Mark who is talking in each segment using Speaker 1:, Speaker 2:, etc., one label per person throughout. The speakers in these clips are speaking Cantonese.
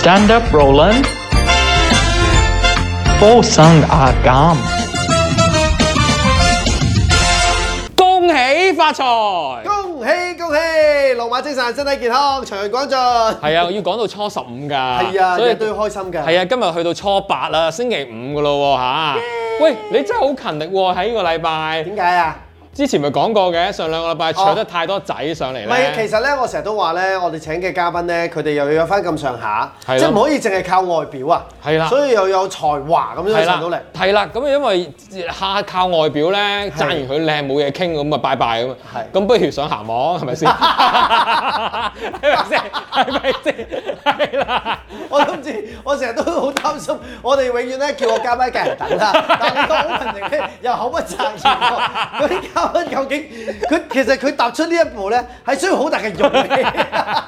Speaker 1: Stand up, Roland. Phô sân A Cam.
Speaker 2: 恭喜發財！
Speaker 3: 恭喜恭喜，龍馬精神，身體健康，長遠廣進。
Speaker 2: 係啊，要講到初十五㗎。
Speaker 3: 係啊，
Speaker 2: 所
Speaker 3: 日
Speaker 2: 以
Speaker 3: 日都要開心㗎。
Speaker 2: 係啊，今日去到初八啦，星期五㗎咯喎嚇。喂，你真係好勤力喎！喺呢個禮拜
Speaker 3: 點解啊？
Speaker 2: 之前咪講過嘅，上兩個禮拜搶得太多仔上嚟
Speaker 3: 哦唔係，
Speaker 2: 咧
Speaker 3: 其。實咧，我成日都話咧，我哋請嘅嘉賓咧，佢哋又要有翻咁上下，
Speaker 2: 係咯
Speaker 3: 即係唔可以淨係靠外表啊。
Speaker 2: 係啦
Speaker 3: 所以又有才華咁樣
Speaker 2: 係
Speaker 3: 上
Speaker 2: 啦
Speaker 3: 到嚟。，
Speaker 2: 係啦，咁啊因為下靠外表咧，讚完佢靚冇嘢傾咁啊，拜拜咁啊
Speaker 3: 係，
Speaker 2: 咁不如上鹹網係咪 先？係咪先？係咪先？係啦。
Speaker 3: 我都唔知，我成日都好擔心，我哋永遠咧叫個嘉賓隔人等啦， 但係個 opening 咧又口不擇言喎。嗰啲嘉賓究竟佢其實佢踏出呢一步咧，係需要好大嘅勇氣。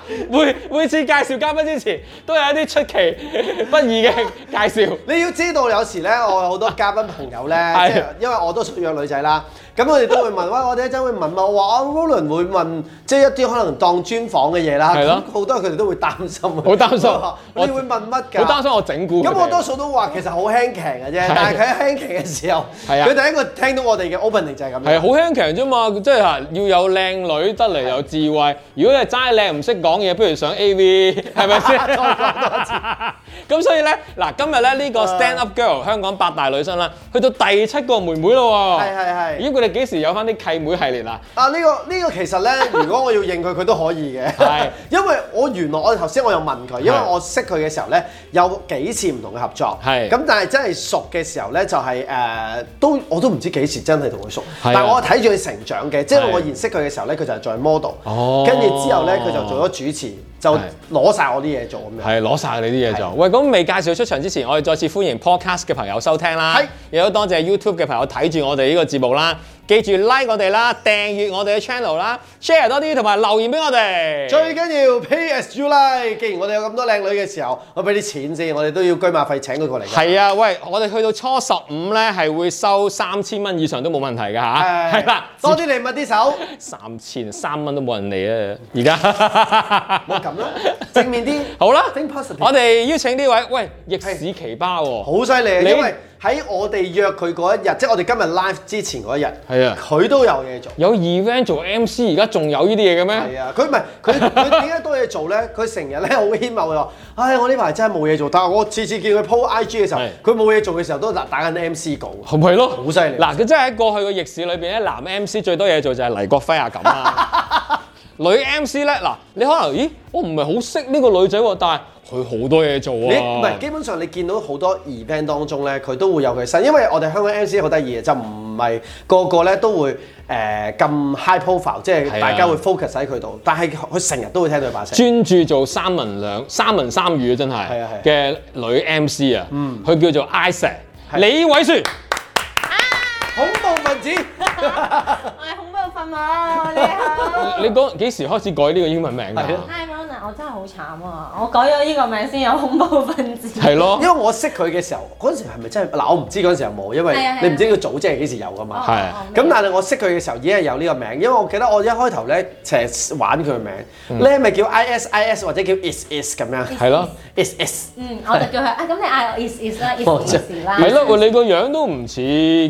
Speaker 2: 每每次介紹嘉賓之前，都有一啲出奇 不意 嘅介紹。
Speaker 3: 你要知道，有時咧，我有好多嘉賓朋友 咧，
Speaker 2: 係
Speaker 3: 即係因為我都想約女仔啦，咁佢哋都會問，喂，我哋一陣會問嘛？我話我 Roland 會問，即係一啲可能當專訪嘅嘢啦。
Speaker 2: 係咯
Speaker 3: 咁 好多佢哋都會擔心。好
Speaker 2: 擔心
Speaker 3: 你
Speaker 2: 我
Speaker 3: 會問乜
Speaker 2: 好
Speaker 3: 㗎？
Speaker 2: 擔心我整蠱佢哋。
Speaker 3: 咁我多數都話其實好輕騎嘅啫，但係佢喺輕騎嘅時候，
Speaker 2: 係啊
Speaker 3: 佢第一個聽到我哋嘅 opening 就係咁
Speaker 2: 係啊
Speaker 3: 樣。
Speaker 2: 好輕強啫嘛，即係要有靚女得嚟有智慧。如果你係齋靚唔識講嘢，不如上 AV 係咪先？
Speaker 3: 再講多次 啊
Speaker 2: 咁所以咧，嗱今日咧呢個 Stand Up Girl 香港八大女生啦，去到第七個妹妹咯喎。
Speaker 3: 係係係
Speaker 2: 咦，佢哋幾時有翻啲契妹系列啊？
Speaker 3: 啊！呢、個呢、個 其實咧，如果我要認佢，佢都可以
Speaker 2: 係
Speaker 3: 嘅。 因為我原來我頭先我有問佢，因為
Speaker 2: 係
Speaker 3: 我識佢嘅時候咧，有幾次唔同嘅合作。
Speaker 2: 係
Speaker 3: 咁，但係真係熟嘅時候咧，就係、誒、都我都唔知幾時真係同佢熟。
Speaker 2: 係啊
Speaker 3: 但係我睇住佢成長嘅，即
Speaker 2: 係
Speaker 3: 係我認識佢嘅時候咧，佢就係做 model。
Speaker 2: 哦
Speaker 3: 跟住之後咧，佢就做咗主持，就
Speaker 2: 係
Speaker 3: 攞晒我啲嘢做咁樣。
Speaker 2: 係攞晒你啲嘢做。
Speaker 3: 係
Speaker 2: 喂，咁未介紹出場之前，我哋再次歡迎 Podcast 嘅朋友收聽啦
Speaker 3: 係，
Speaker 2: 亦都多謝 YouTube 嘅朋友睇住我哋呢個節目啦。記住 like 我哋啦，訂閱我哋嘅 channel 啦，share 多啲，同埋留言俾我哋。
Speaker 3: 最緊要 PSU 啦！既然我哋有咁多靚女嘅時候，我俾啲錢先，我哋都要居馬費請佢過嚟㗎。
Speaker 2: 係啊，喂，我哋去到初十五咧，係會收三千蚊以上都冇問題㗎吓，係啦，
Speaker 3: 多啲嚟密啲手，
Speaker 2: 三千三蚊都冇人嚟啊！而 家
Speaker 3: 冇咁啦，正面啲。
Speaker 2: 好啦
Speaker 3: Think positive，
Speaker 2: 我哋邀請呢位，喂，逆市奇葩喎，
Speaker 3: 好犀利啊！
Speaker 2: 你
Speaker 3: 因為喺我哋約佢嗰一日，即係我哋今日 live 之前嗰一日，
Speaker 2: 係啊
Speaker 3: 佢都有嘢做。
Speaker 2: 有 event 做 MC，而家仲有呢啲嘢嘅咩？
Speaker 3: 係啊，佢唔係佢佢點解多嘢做咧？佢成日咧好謙茂話：，唉，我呢排真係冇嘢做。但係我次次見佢 po IG 嘅時候
Speaker 2: 係，
Speaker 3: 佢冇嘢做嘅時候都打打緊 MC 稿。
Speaker 2: 係咪咯？
Speaker 3: 好犀利
Speaker 2: 嗱，佢真係喺過去嘅逆市裏邊咧，男 MC 最多嘢做就係黎國輝啊咁啦。 女 MC 咧，嗱，你可能咦，我唔係好識呢個女仔喎，但係佢好多嘢做
Speaker 3: 你唔
Speaker 2: 啊
Speaker 3: 係。基本上你見到好多 event 當中咧，佢都會有佢身，因為我哋香港 MC 好得意嘅，就唔係個個咧都會誒咁、high profile，即
Speaker 2: 係啊
Speaker 3: 係大家會 focus 喺佢度，但係佢成日都會聽到佢把聲。
Speaker 2: 專注做三文兩三文三語啊，真係
Speaker 3: 係啊嗯係
Speaker 2: 嘅女 MC 啊，佢叫做 Isaac 李偉璇，
Speaker 3: 恐怖分子，
Speaker 4: 我係恐怖瞓喎，你好。
Speaker 2: 你嗰幾時開始改呢個英文名㗎
Speaker 3: 係？啊
Speaker 4: Hi Mona，我真係好慘啊！我改咗呢個名先有恐怖分子。
Speaker 2: 係咯
Speaker 3: 因，為我識佢嘅時候，嗰陣時係咪真係嗱？我唔知嗰陣時有冇，因為
Speaker 4: 係啊係啊哦
Speaker 3: 你唔知呢個組織係幾時有噶嘛。
Speaker 2: 係
Speaker 3: 咁但係我識佢嘅時候已經係有呢個名，因為我記得我一開頭咧成日玩佢嘅名，咧咪叫 ISIS 或者叫 IS IS 咁樣
Speaker 2: 係咯，
Speaker 3: ，IS IS。
Speaker 4: 嗯，我就叫佢啊，咁你嗌我 is is 啦
Speaker 3: 我
Speaker 4: ，is
Speaker 3: 真
Speaker 4: is 啦。
Speaker 2: 係咯，你個樣都唔似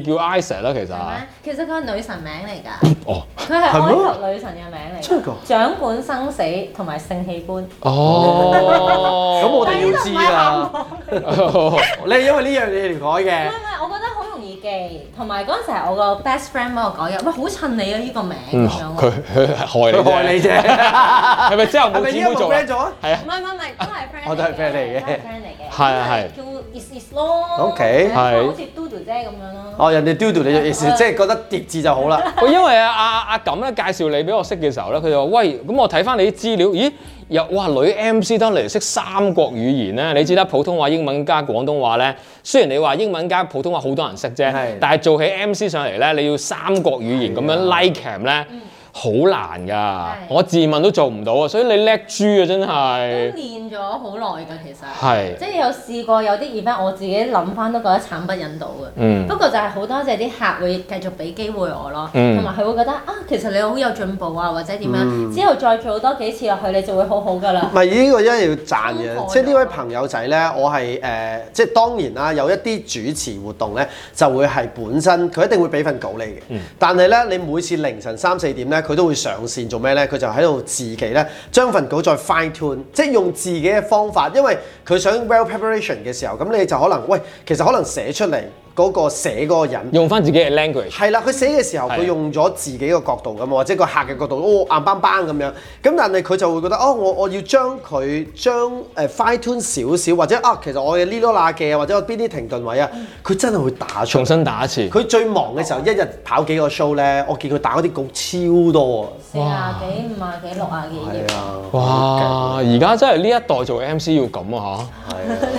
Speaker 2: 叫 Isaac 啦，其
Speaker 4: 係
Speaker 2: 實
Speaker 4: 咩。其實佢係女神名嚟㗎，
Speaker 2: 哦，
Speaker 4: 佢係埃
Speaker 3: 係咩
Speaker 4: 及女神嘅名嚟㗎。
Speaker 3: 真係㗎
Speaker 4: 掌管生死同埋性器官。
Speaker 2: 哦，
Speaker 3: 咁我哋要知啦。
Speaker 2: 我
Speaker 3: 你係因為呢樣嘢嚟
Speaker 4: 唔係
Speaker 3: 改
Speaker 4: 唔係，我覺得好容易記，同埋嗰陣時係我個 best friend 幫我改嘅，喂，好襯你啊呢個名
Speaker 2: 嗯
Speaker 4: 咁樣喎。
Speaker 2: 佢 佢害
Speaker 3: 嘅，
Speaker 2: 你
Speaker 3: 佢
Speaker 2: 啫
Speaker 3: 害你啫。
Speaker 2: 係咪之後
Speaker 3: 係
Speaker 2: 冇
Speaker 3: 咪
Speaker 2: 姊
Speaker 3: 依家
Speaker 2: 妹
Speaker 3: 冇
Speaker 2: 做啊
Speaker 3: friend？做啊？
Speaker 2: 係啊
Speaker 4: 唔，係唔係唔係，都係 friend
Speaker 3: 我都係 friend 嚟嘅
Speaker 4: 都係 friend 嚟嘅，
Speaker 2: 係啊係
Speaker 4: 叫 is is 咯啊
Speaker 3: OK
Speaker 2: 係
Speaker 4: 好似 Dodo 姐咁樣咯。
Speaker 3: 哦，人哋 do do 你就意思，即係覺得疊字就好啦。
Speaker 2: 我因為阿阿阿錦咧介紹你俾我識嘅時候咧，佢就話：喂，咁我睇翻你啲資料，咦，又哇女 MC 得嚟識三國語言咧，你知啦，普通話、英文加廣東話咧，雖然你話英文加普通話好多人識啫
Speaker 3: 係，
Speaker 2: 啊但係做起 MC 上嚟咧，你要三國語言咁樣 like cam 咧。好難㗎
Speaker 4: 係，
Speaker 2: 我自問都做唔到啊，所以你叻豬啊，真
Speaker 4: 都
Speaker 2: 係
Speaker 4: 練咗好耐㗎，其實。
Speaker 2: 係
Speaker 4: 即係有試過有啲 event，我自己諗翻都覺得慘不忍睹嘅。
Speaker 2: 嗯
Speaker 4: 不過就係好多謝啲客會繼續俾機會我咯，
Speaker 2: 嗯
Speaker 4: 同埋佢會覺得啊，其實你好有進步啊，或者點樣，之後再做多幾次落去，你就會好好㗎啦
Speaker 3: 唔。係呢個一定要讚
Speaker 4: 功課
Speaker 3: 嘅，
Speaker 4: 咗
Speaker 3: 即係呢位朋友仔呢，我係誒、呃即係當然啦，有一啲主持活動呢，就會係本身佢一定會俾份稿你嘅，但係呢，你每次凌晨三四點呢，佢都會上線做咩呢？佢就喺度自己呢，將份稿再 fine tune，即係用自己嘅方法，因為佢想 well preparation 嘅時候，咁你就可能喂，其實可能寫出嚟嗰、個寫嗰個人。
Speaker 2: 用翻自己嘅 language。
Speaker 3: 係啦，佢寫嘅時候
Speaker 2: 係啊
Speaker 3: 佢用咗自己個角度咁啊，或者個客嘅角度，哦硬邦邦咁樣。咁但係佢就會覺得，哦我我要將佢將誒 fine tune 少少，或者啊其實我嘅呢多那嘅，或者我邊啲停頓位啊，佢真係會打出
Speaker 2: 嗯重。新打一次，
Speaker 3: 佢最忙嘅時候，一日跑幾個 show 咧，我見佢打嗰啲稿超多啊。
Speaker 4: 四啊幾、五啊幾、六啊幾頁，
Speaker 3: 啊，
Speaker 2: 哇！而家真係呢一代做 MC 要咁啊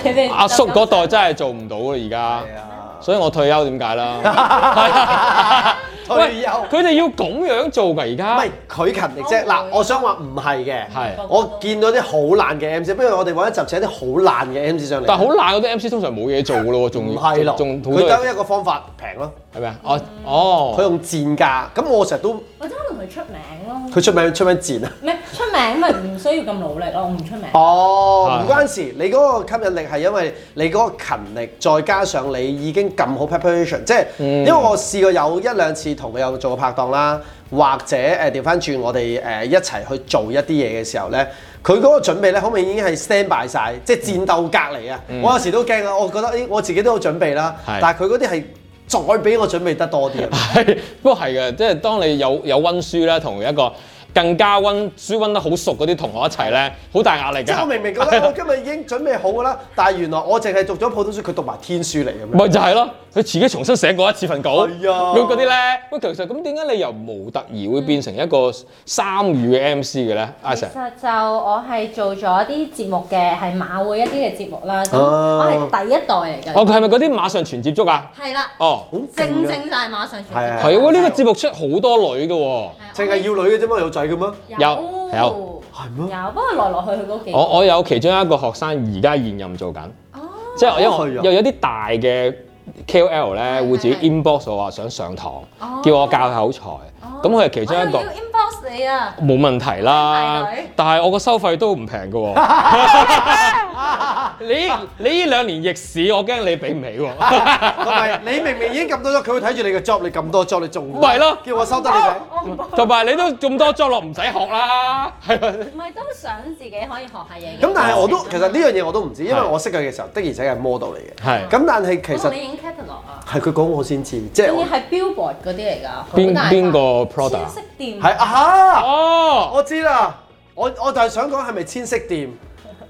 Speaker 4: 你哋
Speaker 2: 嚇，阿叔嗰代
Speaker 4: 真
Speaker 2: 真係做唔到啦而家，
Speaker 3: 係啊，
Speaker 2: 所以我退休點解啦？ 係啊
Speaker 3: 退休
Speaker 2: 喂佢哋要咁樣做㗎而
Speaker 3: 哎唔
Speaker 2: 家
Speaker 3: 係，佢勤力啫。嗱，我想話唔係嘅，
Speaker 2: 係
Speaker 3: 我見到啲好爛嘅 MC，不如我哋揾一集請啲好爛嘅 MC 上嚟。
Speaker 2: 但係好懶嗰啲 MC 通常冇嘢做㗎咯喎，仲
Speaker 3: 唔係咯，
Speaker 2: 仲仲
Speaker 3: 佢
Speaker 2: 好多嘢
Speaker 3: 得一個方法平咯。
Speaker 2: 係咪啊？哦哦
Speaker 3: 佢。用賤價，咁我成日都
Speaker 4: 或者可能佢出名咯，
Speaker 3: 佢出名出名 賤啊！
Speaker 4: 唔係出名咪唔需要咁努力咯，我唔出名。
Speaker 3: 哦，
Speaker 2: 係
Speaker 3: 唔關事，你嗰個吸引力係因為你嗰個勤力，再加上你已經咁好 preparation，即係、
Speaker 2: 嗯
Speaker 3: 因為我試過有一兩次同佢有做過拍檔啦，或者誒調翻轉我哋誒、呃一齊去做一啲嘢嘅時候咧，佢嗰個準備咧，好明顯已經係 stand by 晒，即係戰鬥隔離啊！我有時都驚啊，我覺得咦我自己都有準備啦，
Speaker 2: 嗯係
Speaker 3: 但係佢嗰啲係再俾我準備得多 啲啊！
Speaker 2: 係，不過係嘅，即係當你有有温書咧，同一個更加温書温得好熟嗰啲同學一齊咧，好大壓力
Speaker 3: 即係我
Speaker 2: 㗎。
Speaker 3: 明明覺得哦我今日已經準備好㗎啦，但係原來我淨係讀咗普通書，佢讀埋天書嚟咁樣。
Speaker 2: 咪就係咯，佢自己重新寫過一次份稿，
Speaker 3: 係啊
Speaker 2: 咁嗰啲咧，喂，其實咁點解你由模特兒會變成一個三語嘅 MC 嘅咧？阿
Speaker 4: 其
Speaker 2: Sir，
Speaker 4: 實就我係做咗一啲節目嘅，係馬會一啲嘅節目啦。咁
Speaker 3: 哦
Speaker 4: 我係第一代嚟
Speaker 2: 哦，
Speaker 4: 嘅，
Speaker 2: 佢係咪嗰啲馬上全接觸啊？
Speaker 4: 係啦，
Speaker 2: 哦，
Speaker 3: 好
Speaker 4: 正
Speaker 3: 勁啊！
Speaker 4: 正就係馬上全部。哦
Speaker 3: 係啊
Speaker 2: 係喎，呢個節目出好多女嘅喎。
Speaker 3: 淨係要女嘅啫嘛，有哦仔嘅咩？
Speaker 4: 有
Speaker 2: 有有
Speaker 3: 係咩
Speaker 4: 有，不過來來去去嗰幾個哦
Speaker 2: 我我有其中一個學生而家現任做緊，即係因為我
Speaker 3: 係啊
Speaker 2: 又有啲大嘅 KOL 咧
Speaker 4: 係
Speaker 2: 會自己
Speaker 4: 哦係啊
Speaker 2: inbox 我話想上堂
Speaker 4: 哦，
Speaker 2: 叫我教口才，咁佢係其中一個
Speaker 4: 我要 inbox 你啊！
Speaker 2: 冇問題啦
Speaker 4: 係女。
Speaker 2: 但係我個收費都唔平 㗎喎。你你呢兩年逆市，我驚你俾唔起喎。
Speaker 3: 同埋你明明已經咁多咗，佢會睇住你嘅 job，你咁多 job，你仲唔
Speaker 2: 咪係咯
Speaker 3: 叫我收得你仔？
Speaker 4: 我唔
Speaker 2: 同埋你都咁多 job 落，唔使學啦，係咪？
Speaker 4: 唔係都想自己可以學下嘢嘅。
Speaker 3: 咁但係我都其實呢樣嘢我都唔知，因為
Speaker 2: 哦係
Speaker 3: 我識佢嘅時候的而且確係 model 嚟嘅。
Speaker 2: 係
Speaker 3: 咁但係其
Speaker 4: 我同
Speaker 3: 實
Speaker 4: 你影 catalog 啊，
Speaker 3: 係佢講我先知，即係
Speaker 4: 仲要
Speaker 3: 我
Speaker 4: 係 billboard 嗰啲嚟㗎，好
Speaker 2: 邊
Speaker 4: 大塊
Speaker 2: 邊個 product 啊
Speaker 4: 千色店
Speaker 3: 係啊！
Speaker 2: 哦，
Speaker 3: 我知啦，我我就係想講係咪千色店？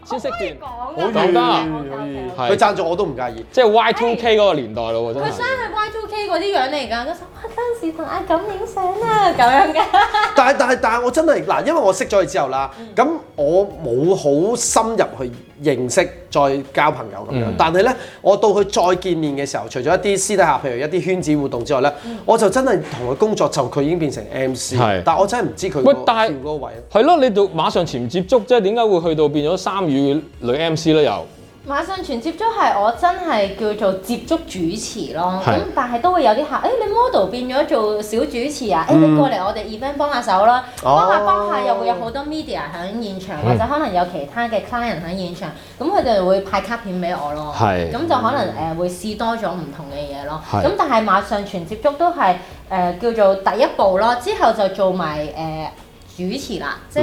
Speaker 2: 先識掂，
Speaker 4: 講
Speaker 3: 可以
Speaker 2: 講得啊
Speaker 3: 可以，
Speaker 2: 係
Speaker 3: 佢贊助我都唔介意。
Speaker 2: 即係 Y2K 嗰個年代咯喎，真
Speaker 4: 哎佢
Speaker 2: 係。
Speaker 4: 生係 Y2K 嗰啲樣嚟㗎，佢話哇當時同阿錦影相啊咁樣㗎，
Speaker 3: 但係但係但係我真係嗱，因為我識咗佢之後啦，咁、我冇好深入去認識，再交朋友咁樣。但係呢，我到佢再見面嘅時候，除咗一啲私底下，譬如一啲圈子活動之外呢，我就真係同佢工作就佢已經變成 MC，
Speaker 2: 係
Speaker 3: 但我真係唔知佢個
Speaker 2: 喂
Speaker 3: 跳
Speaker 2: 但係
Speaker 3: 嗰個位。
Speaker 2: 係咯，你到馬上潛接觸啫，點解會去到變咗三語女 MC 咧？又
Speaker 4: 馬上全接觸係我真係叫做接觸主持咯，
Speaker 2: 係
Speaker 4: 咁但係都會有啲客，誒、你 model 變咗做小主持啊，誒、
Speaker 2: 嗯
Speaker 4: 你過嚟我哋 event 幫下手啦，
Speaker 3: 哦
Speaker 4: 幫下幫下又會有好多 media 喺現場，
Speaker 2: 嗯
Speaker 4: 或者可能有其他嘅 client 喺現場，咁佢哋會派卡片俾我咯，
Speaker 2: 係
Speaker 4: 咁就可能誒、會試多咗唔同嘅嘢咯，
Speaker 2: 係
Speaker 4: 咁但係馬上全接觸都係誒、叫做第一步咯，之後就做埋誒、主持啦，即係誒、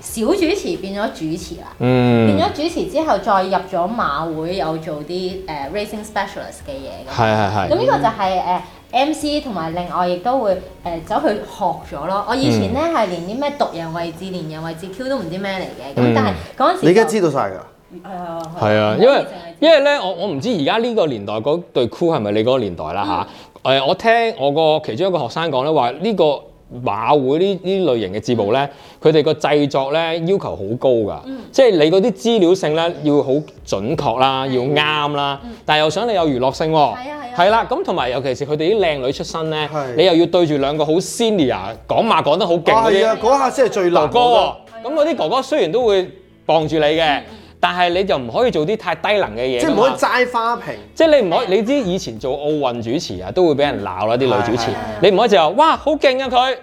Speaker 4: 小主持變咗主持啦。
Speaker 2: 嗯
Speaker 4: 變咗主持之後，再入咗馬會，有做啲誒、呃 racing specialist 嘅嘢咁。
Speaker 2: 係係係
Speaker 4: 咁呢個就係、呃 MC 同埋另外亦都會誒、呃走去學咗咯。我以前咧係連啲咩獨人位置、連人位置 Q 都唔知咩嚟嘅，咁、
Speaker 2: 嗯
Speaker 4: 但係嗰陣時
Speaker 3: 你而家
Speaker 4: 就
Speaker 3: 知道晒㗎？
Speaker 4: 係啊
Speaker 2: 係啊，
Speaker 4: 唔可以
Speaker 2: 因為
Speaker 4: 淨係知
Speaker 2: 因為咧，我我唔知而家呢個年代嗰對 cool 係咪你嗰個年代啦嚇。誒、我聽我個其中一個學生講咧話，呢個馬會呢呢類型嘅節目
Speaker 4: 嗯
Speaker 2: 咧，佢哋個製作咧要求好高㗎，即係你嗰啲資料性咧要好準確啦，要啱啦，但係又想你有娛樂性喎，
Speaker 4: 嗯係啊係啊
Speaker 2: 係啦，咁同埋尤其是佢哋啲靚女出身咧
Speaker 3: 係，
Speaker 2: 你又要對住兩個好 senior 講話講得好勁嗰
Speaker 3: 係
Speaker 2: 啲
Speaker 3: 啊，嗰下先係最
Speaker 2: 哥
Speaker 3: 難。
Speaker 2: 哥喎，咁嗰啲哥哥雖然都會傍住你嘅，但係你就唔可以做啲太低能嘅嘢㗎嘛，
Speaker 3: 即係唔可以齋花瓶。
Speaker 2: 即係你唔可以，你知以前做奧運主持啊，都會俾人鬧啦啲女主持
Speaker 3: 係係係。
Speaker 2: 你唔可以就話哇好勁啊佢，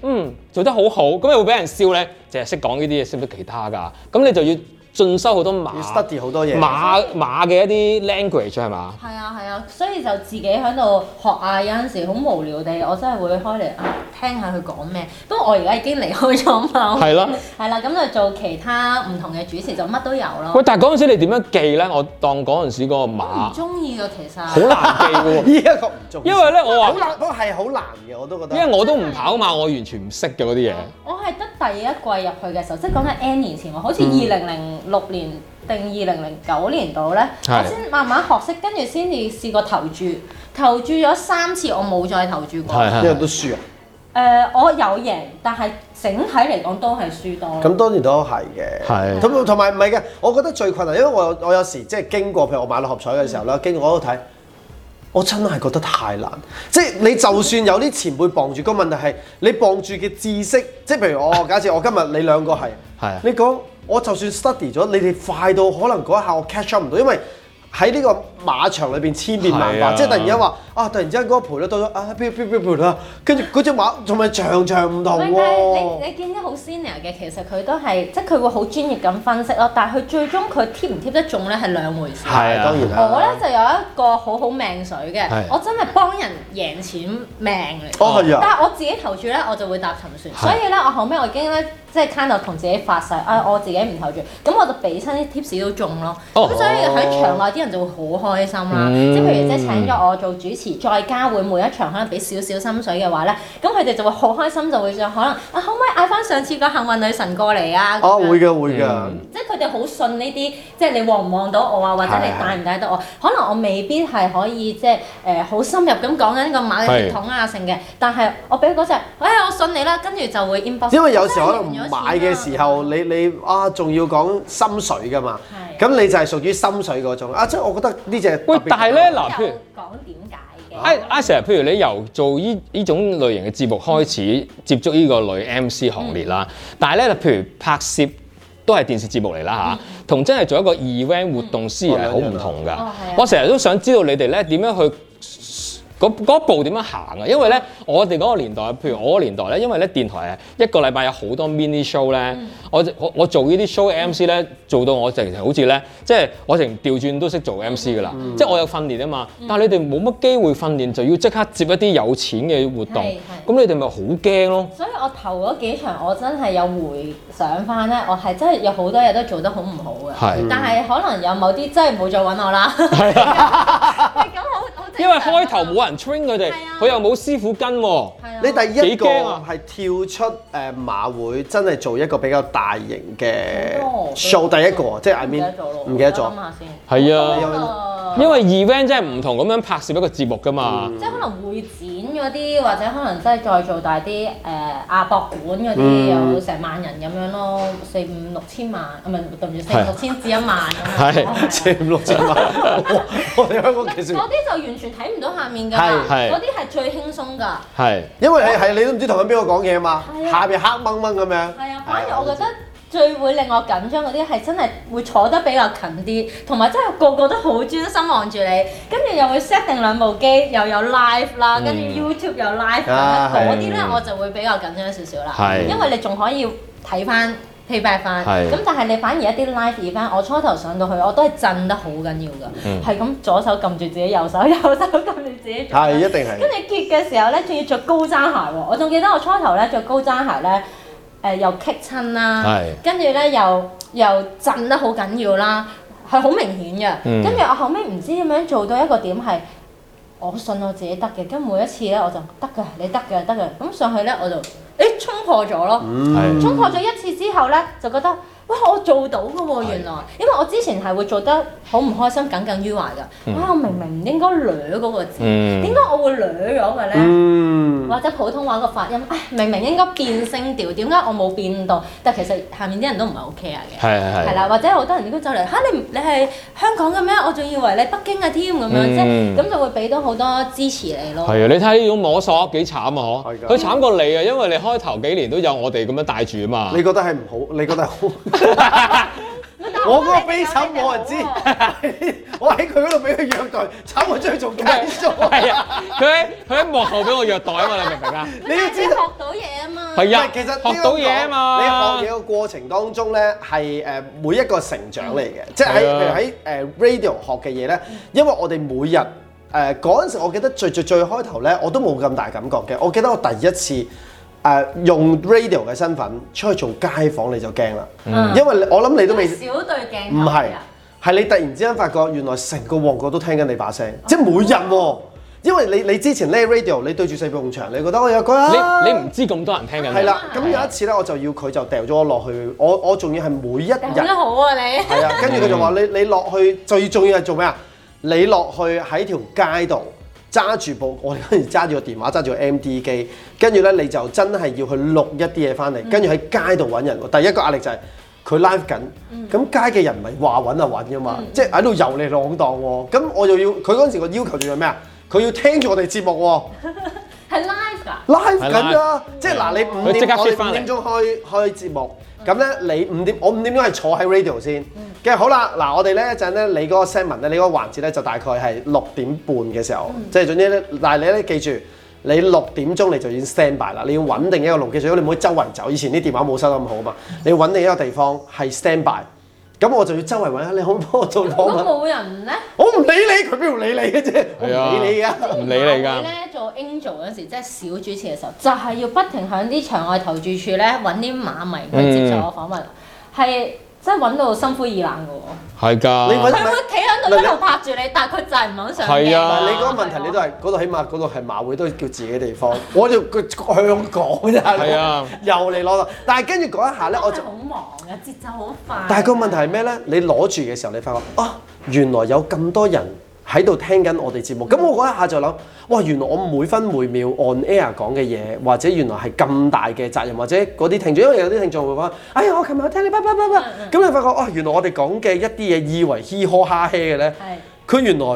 Speaker 2: 嗯做得好好，咁又會俾人笑咧，淨係識講呢啲嘢，識唔識其他㗎？咁你就要進修好多馬
Speaker 3: 要 study 好多嘢
Speaker 2: 啊馬馬嘅一啲 language 係嘛？
Speaker 4: 係啊係啊，所以就自己喺度學啊，有陣時好無聊地，我真係會開嚟啊聽下佢講咩。不過我而家已經離開咗嘛，
Speaker 2: 係啦。
Speaker 4: 係啦，咁就做其他唔同嘅主持，就乜都有
Speaker 2: 喂
Speaker 4: 咯。，
Speaker 2: 但係嗰陣時你點樣記咧？我當嗰陣時嗰個馬
Speaker 4: 唔中意嘅其 實，
Speaker 2: 啊好難記嘅喎，
Speaker 3: 依一個唔重要，
Speaker 2: 因為咧我
Speaker 3: 好
Speaker 2: 話，
Speaker 3: 難，不過係好難嘅，我都覺得。
Speaker 2: 因為我都唔跑馬，我完全唔識嘅嗰啲嘢。
Speaker 4: 我係得第一季入去嘅時候，即係講
Speaker 2: 嗯
Speaker 4: 緊 N 年前喎，好似二零零六年定二零零九年度咧，
Speaker 2: 係
Speaker 4: 我先慢慢學識，跟住先至試過投注，投注咗三次，我冇再投注過。
Speaker 2: 係
Speaker 3: 因為都輸啊。
Speaker 4: 誒、我有贏，但係整體嚟講都係輸多咯。
Speaker 3: 咁當然都係嘅，
Speaker 2: 係
Speaker 3: 同同埋唔係嘅，我覺得最困難，因為我有我有時即係經過，譬如我買六合彩嘅時候
Speaker 2: 嗯
Speaker 3: 啦，經過我都睇，我真係覺得太難。即係你就算有啲前輩傍住，個問題係你傍住嘅知識，即係譬如我假設我今日你兩個係，
Speaker 2: 係啊
Speaker 3: 你講我就算 study 咗，你哋快到可能嗰一下我 catch up 唔到，因為。喺呢個馬場裏邊千變萬
Speaker 2: 係
Speaker 3: 化，
Speaker 2: 啊
Speaker 3: 即係突然間話啊，突然之間嗰個賠率到咗啊，飆飆飆賠啦，跟住嗰只馬仲係場場唔同
Speaker 4: 喂但
Speaker 3: 喎
Speaker 4: 係。你你見啲好 senior 嘅，其實佢都係即係佢會好專業咁分析咯，但係佢最終佢貼唔貼得中咧係兩回事。
Speaker 2: 係啊
Speaker 3: 當然啦。
Speaker 4: 我咧就有一個好好命水嘅
Speaker 2: 係，哎
Speaker 4: 我真係幫人贏錢命嚟。
Speaker 3: 哦係啊
Speaker 4: 但係我自己投注咧，我就會搭沉船，
Speaker 2: 係嗯
Speaker 4: 所以咧我後尾我已經咧即係 kind of 同自己發誓，啊我自己唔投注，咁我就俾親啲 tips 都中咯。
Speaker 2: 哦
Speaker 4: 咁所以喺場內啲人就會好開心啦。
Speaker 2: 嗯
Speaker 4: 即係譬如即係請咗我做主持，再加會每一場可能俾少少心水嘅話咧，咁佢哋就會好開心，就會就可能啊可唔可以嗌翻上次個幸運女神過嚟啊？咁
Speaker 3: 哦，
Speaker 4: 樣
Speaker 3: 會嘅會嘅，
Speaker 2: 嗯
Speaker 4: 即係佢哋好信呢啲，即係你望唔望到我啊，或者你
Speaker 3: 係
Speaker 4: 帶唔帶得我？可能我未必係可以即係誒好深入咁講緊個馬嘅血統啊成嘅，但係我俾嗰只，哎我信你啦，跟住就會 inbox。
Speaker 3: 因為有時可能唔買嘅時候，你你啊仲要講心水噶嘛，
Speaker 4: 嗯係
Speaker 3: 咁你就係屬於心水嗰種啊，即係我覺得呢只
Speaker 2: 喂，但係咧嗱，譬
Speaker 4: 啊有
Speaker 2: 如。
Speaker 4: 講點解嘅。
Speaker 2: I I 成日，譬如你由做呢呢種類型嘅節目開始接觸呢個女 MC 行列啦，
Speaker 4: 嗯
Speaker 2: 但係咧，譬如拍攝都係電視節目嚟啦嚇，同、真係做一個 event 活動司儀係好唔同㗎。
Speaker 4: 嗯哦係啊
Speaker 2: 我成日都想知道你哋咧點樣去。嗰嗰一步點樣行啊？因為咧，我哋嗰個年代，譬如我嗰個年代咧，因為咧電台係一個禮拜有好多 mini show 咧、
Speaker 4: 嗯
Speaker 2: 我我我做呢啲 show 嘅 MC 咧，做到我直情好似咧，即係我直情調轉都識做 MC 噶啦，
Speaker 4: 嗯
Speaker 2: 即係我有訓練啊嘛。但係你哋冇乜機會訓練，就要即刻接一啲有錢嘅活動，
Speaker 4: 係係
Speaker 2: 咁你哋咪好驚咯。
Speaker 4: 所以我頭嗰幾場我真係有回想翻咧，我係真係有好多嘢都做得好唔好嘅
Speaker 2: 係，
Speaker 4: 但係可能有某啲真係冇再揾我啦。
Speaker 2: 嗯係啊，
Speaker 4: 喂咁好好正常啊
Speaker 2: 因為開頭冇人 train 佢哋
Speaker 4: 係啊，
Speaker 2: 佢又冇師傅跟喎。
Speaker 4: 係啊
Speaker 3: 你第一
Speaker 2: 幾
Speaker 3: 個
Speaker 2: 驚啊
Speaker 3: 係跳出誒馬會，真係做一個比較大型嘅
Speaker 4: 好多
Speaker 3: show，第一個啊即係 I
Speaker 4: 唔記
Speaker 3: mean
Speaker 4: 得咗咯，
Speaker 3: 唔記得咗
Speaker 4: 我諗，下先。
Speaker 2: 係
Speaker 3: 有
Speaker 2: 啊，
Speaker 4: 啊
Speaker 2: 因為 event 真係唔同咁樣拍攝一個節目㗎嘛。
Speaker 4: 即係可能會展嗰啲，或者可能真係再做大啲誒、呃、亞博館嗰啲，
Speaker 3: 嗯
Speaker 4: 有成萬人咁樣咯，四五六千萬，啊唔係對唔住，四五
Speaker 2: 係
Speaker 4: 六千至一萬咁樣。
Speaker 2: 係
Speaker 3: 四
Speaker 4: 哦啊
Speaker 3: 五六千萬，哇 我哋香港其實
Speaker 4: 嗰。啲就完全睇唔到下面㗎
Speaker 3: 係
Speaker 4: 啦，
Speaker 2: 係
Speaker 4: 嗰啲係最輕鬆㗎。
Speaker 2: 係。
Speaker 3: 因為係係你都唔知同緊邊個講嘢嘛，
Speaker 4: 係啊
Speaker 3: 下邊黑掹掹咁樣。
Speaker 4: 係啊，反而我覺得最會令我緊張嗰啲係真係會坐得比較近啲，同埋真係個個都好專心望住你，跟住又會 set 定兩部機，又有 live 啦，跟住 YouTube 又 live
Speaker 3: 啊
Speaker 4: 啦，
Speaker 3: 係
Speaker 4: 嗰啲咧我就會比較緊張少少啦，
Speaker 2: 係
Speaker 4: 因為你仲可以睇翻。payback 翻，
Speaker 2: 係
Speaker 4: 咁但係你反而一啲 live event，我初頭上到去我都係震得好緊要㗎，係咁、左手撳住自己，右手 右手撳住自己，左手
Speaker 3: 係一定係
Speaker 4: 跟住結嘅時候咧，仲要着高踭鞋喎。我仲記得我初頭咧着高踭鞋咧，誒、又棘親啦
Speaker 2: 係，
Speaker 4: 跟住咧又又震得好緊要啦，係好明顯嘅。
Speaker 2: 嗯
Speaker 4: 跟住、我後尾唔知點樣做到一個點係，我信我自己得嘅。跟住每一次咧我就得㗎，你得嘅，得嘅。咁上去咧我就誒衝破咗咯，
Speaker 2: 係
Speaker 4: 衝破咗一次之後咧就覺得哇！我做到嘅喎，原來，因為我之前係會做得好唔開心，耿耿於懷嘅。哇！我明明唔應該掠嗰個字，
Speaker 2: 嗯
Speaker 4: 點解我會掠咗嘅咧？
Speaker 3: 嗯，
Speaker 4: 或者普通話個發音，唉，明明應該變聲調，點解我冇變到？但其實下面啲人都唔係好 care 嘅。
Speaker 2: 係係
Speaker 4: 係
Speaker 2: 係。
Speaker 4: 啦，或者好多人都走嚟吓你唔你係香港嘅咩？我仲以為你北京嘅添咁樣，即
Speaker 2: 嗯
Speaker 4: 係咁就會俾到好多支持你咯。
Speaker 2: 係啊，你睇呢種摸索幾慘啊！嗬，
Speaker 3: 係㗎
Speaker 2: 佢慘過你啊，因為你開頭幾年都有我哋咁樣帶住啊嘛。
Speaker 3: 你覺得係唔好？你覺得係好？我嗰個悲慘冇人知， 我喺佢嗰度俾佢虐待，慘我將佢做奸 咗。
Speaker 2: 係啊，佢喺佢喺幕後俾我虐待啊嘛，你明唔明 啊？
Speaker 3: 你要知
Speaker 4: 學
Speaker 3: 道。
Speaker 4: 到嘢啊嘛。
Speaker 2: 係啊，
Speaker 3: 其實呢個
Speaker 2: 學到嘢啊嘛。
Speaker 3: 你學嘢嘅過程當中咧，係誒每一個成長嚟嘅，即係喺
Speaker 2: 係啊
Speaker 3: 譬如喺誒 radio 學嘅嘢咧，因為我哋每日誒嗰陣時，我記得最最最開頭咧，我都冇咁大感覺嘅。我記得我第一次誒、用 radio 嘅身份出去做街訪，你就驚啦，
Speaker 4: 嗯
Speaker 3: 因為你我諗你都未。
Speaker 4: 少對鏡頭啊
Speaker 3: 唔係
Speaker 4: 嘅人，
Speaker 3: 係你突然之間發覺原來成個旺角都聽緊你把聲，即係每日喎。因為你你之前咧 radio 你對住四埲牆，你覺得我有個啊
Speaker 2: 你你唔啊知咁多人聽緊你。
Speaker 3: 係啦。咁有一次咧，我就要佢就掉咗我落去，我我仲要係每一日
Speaker 4: 講得
Speaker 3: 係
Speaker 4: 好啊你。
Speaker 3: 啊，跟住佢就話你你落去最重要係做咩啊？你落去喺條街度揸住部我哋嗰陣時揸住個電話揸住個 M D 機，跟住咧你就真係要去錄一啲嘢翻嚟，跟住喺街度揾人喎。第一個壓力就係、佢 live 緊，咁街嘅人唔係話揾就揾噶嘛，即係喺度遊嚟浪蕩喎。咁我又要佢嗰陣時個要求仲係咩啊？佢要聽住我哋節目喎、
Speaker 4: 係 live 㗎，
Speaker 3: live
Speaker 2: 係
Speaker 3: 緊啊
Speaker 2: live！
Speaker 3: 即係嗱，你五
Speaker 2: 佢即刻
Speaker 3: 點我
Speaker 2: fit
Speaker 3: 哋
Speaker 2: 返嚟
Speaker 3: 五點鐘開開節目，咁咧你五點我五點鐘係坐喺 radio 先，跟住好啦，嗱我哋咧一陣咧你嗰個 segment 咧，你嗰個環節咧就大概係六點半嘅時候，即係總之咧，但係你咧記住。你六點鐘你就要 stand by 啦，你要揾定一個 location，因為你唔可以周圍走。以前啲電話冇收得咁好啊嘛，你要揾定一個地方係 stand by。咁我就要周圍揾，你可唔可以幫我做
Speaker 4: 如
Speaker 3: 訪
Speaker 4: 果
Speaker 3: 問？
Speaker 4: 冇人咧。
Speaker 3: 我唔理你，佢邊度理你嘅啫，我
Speaker 2: 係啊
Speaker 3: 唔理你㗎。
Speaker 2: 唔理你
Speaker 4: 我
Speaker 2: 㗎。
Speaker 4: 咧做 angel 嗰時，即係小主持嘅時候，就係、要不停喺啲場外投注處咧揾啲馬迷
Speaker 2: 嗯
Speaker 4: 去接受我訪問，係、真係揾到心灰意冷嘅喎。
Speaker 2: 係㗎。
Speaker 3: 你揾
Speaker 4: 佢會企喺度一路拍住你，但係佢就係唔肯上鏡。
Speaker 2: 係啊
Speaker 3: 但係你嗰個問題，你都係嗰度，起碼嗰度係馬會都叫自己嘅地方。我就佢香港啫，
Speaker 2: 係啊，
Speaker 3: 又嚟攞啦。但係跟住嗰一下咧，我
Speaker 4: 我
Speaker 3: 就
Speaker 4: 就，好忙嘅，節奏好快。
Speaker 3: 但係個問題係咩咧？你攞住嘅時候，你發覺啊，原來有咁多人喺度聽緊我哋節目。
Speaker 4: 嗯
Speaker 3: 咁我嗰一下就諗，哇！原來我每分每秒 on air 講嘅嘢，或者原來係咁大嘅責任，或者嗰啲聽眾，因為有啲聽眾會講，哎呀，我琴日有聽你叭叭叭
Speaker 4: 嗯
Speaker 3: 叭，咁你發覺哦，原來我哋講嘅一啲嘢，以為嘻呵哈嘿嘅咧。
Speaker 4: 係
Speaker 3: 佢原來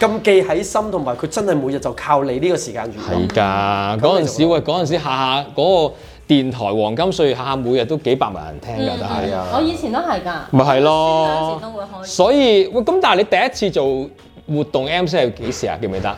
Speaker 3: 咁記喺心，同埋佢真係每日就靠你呢個時間娛
Speaker 2: 係
Speaker 3: 樂。
Speaker 2: 㗎，嗰陣時喂，嗰陣時下下嗰個電台黃金歲月下下每日都幾百萬人聽㗎，但係
Speaker 3: 啊
Speaker 4: 我以前都係㗎。
Speaker 2: 咪係
Speaker 4: 嗰陣
Speaker 2: 咯
Speaker 4: 時都會開。
Speaker 2: 所以喂，咁但係你第一次做活動 MC 係幾時啊？記唔記得？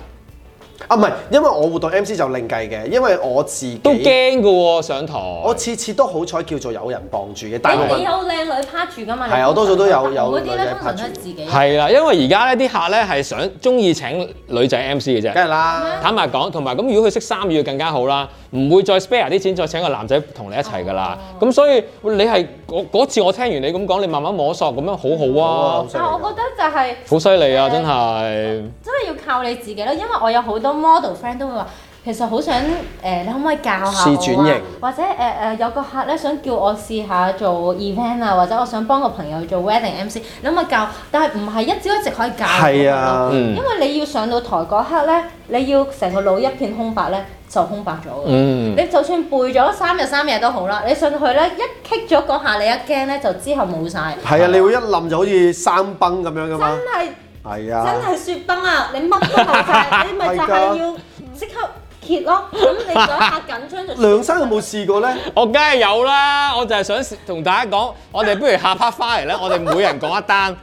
Speaker 3: 啊，唔係，因為我活動 MC 就另計嘅，因為我自己
Speaker 2: 都驚㗎喎，上台。
Speaker 3: 我次次都好彩叫做有人傍住嘅，大部
Speaker 4: 你
Speaker 3: 分
Speaker 4: 你有靚女拍住㗎嘛？
Speaker 3: 係啊我多數都有有
Speaker 4: 嗰啲
Speaker 3: 女仔
Speaker 4: 咧，通
Speaker 3: 拍
Speaker 4: 常
Speaker 3: 住
Speaker 4: 都係自己。
Speaker 2: 係啦，因為而家咧啲客咧係想中意請女仔 MC 嘅啫。
Speaker 3: 梗係啦。
Speaker 2: 坦白講，同埋咁如果佢識三語就更加好啦，唔會再 spare 啲錢再請個男仔同你一齊㗎啦。
Speaker 3: 哦
Speaker 2: 咁、所以你係嗰嗰次我聽完你咁講，你慢慢摸索咁樣好好啊，
Speaker 3: 好犀
Speaker 4: 但
Speaker 3: 利
Speaker 4: 係我覺得就係、
Speaker 2: 好犀利啊，真係。
Speaker 4: 真係要靠你自己咯，因為我有好多 model friend 都會話，其實好想誒、呃你可唔可以教下我啊
Speaker 3: 試轉型
Speaker 4: 或者誒誒、呃有個客咧想叫我試下做 event 啊，或者我想幫個朋友做 wedding MC，你可唔可以教？但係唔係一朝一夕可以教到
Speaker 3: 係
Speaker 4: 咯
Speaker 3: 啊，
Speaker 2: 嗯
Speaker 4: 因為你要上到台嗰刻咧，你要成個腦一片空白咧，就空白咗㗎
Speaker 2: 嗯，
Speaker 4: 你就算背咗三日三夜都好啦，你上去咧一棘咗嗰下，你一驚咧就之後冇晒。
Speaker 3: 係啊，你會一冧就好似山崩咁樣噶嘛
Speaker 4: 真。係
Speaker 3: 係
Speaker 4: 真
Speaker 3: 啊，
Speaker 4: 係雪崩啊！你乜都冇晒，你咪就係要即刻揭咯。咁你嗰下緊張就
Speaker 3: 梁生有冇試過咧？
Speaker 2: 我梗係有啦，我就係想同大家講，我哋不如下 part 翻嚟咧，我哋每人講一單，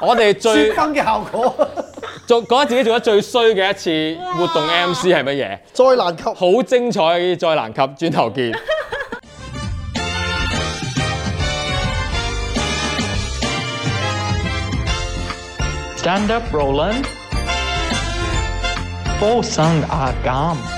Speaker 2: 我哋最
Speaker 3: 雪崩嘅效果，
Speaker 2: 做講自己做得最衰嘅一次活動 MC 係乜嘢？
Speaker 3: 災難級。
Speaker 2: 好精彩嘅再難及，轉頭見。
Speaker 1: Ah Stand up, Roland. Phố sân à cam.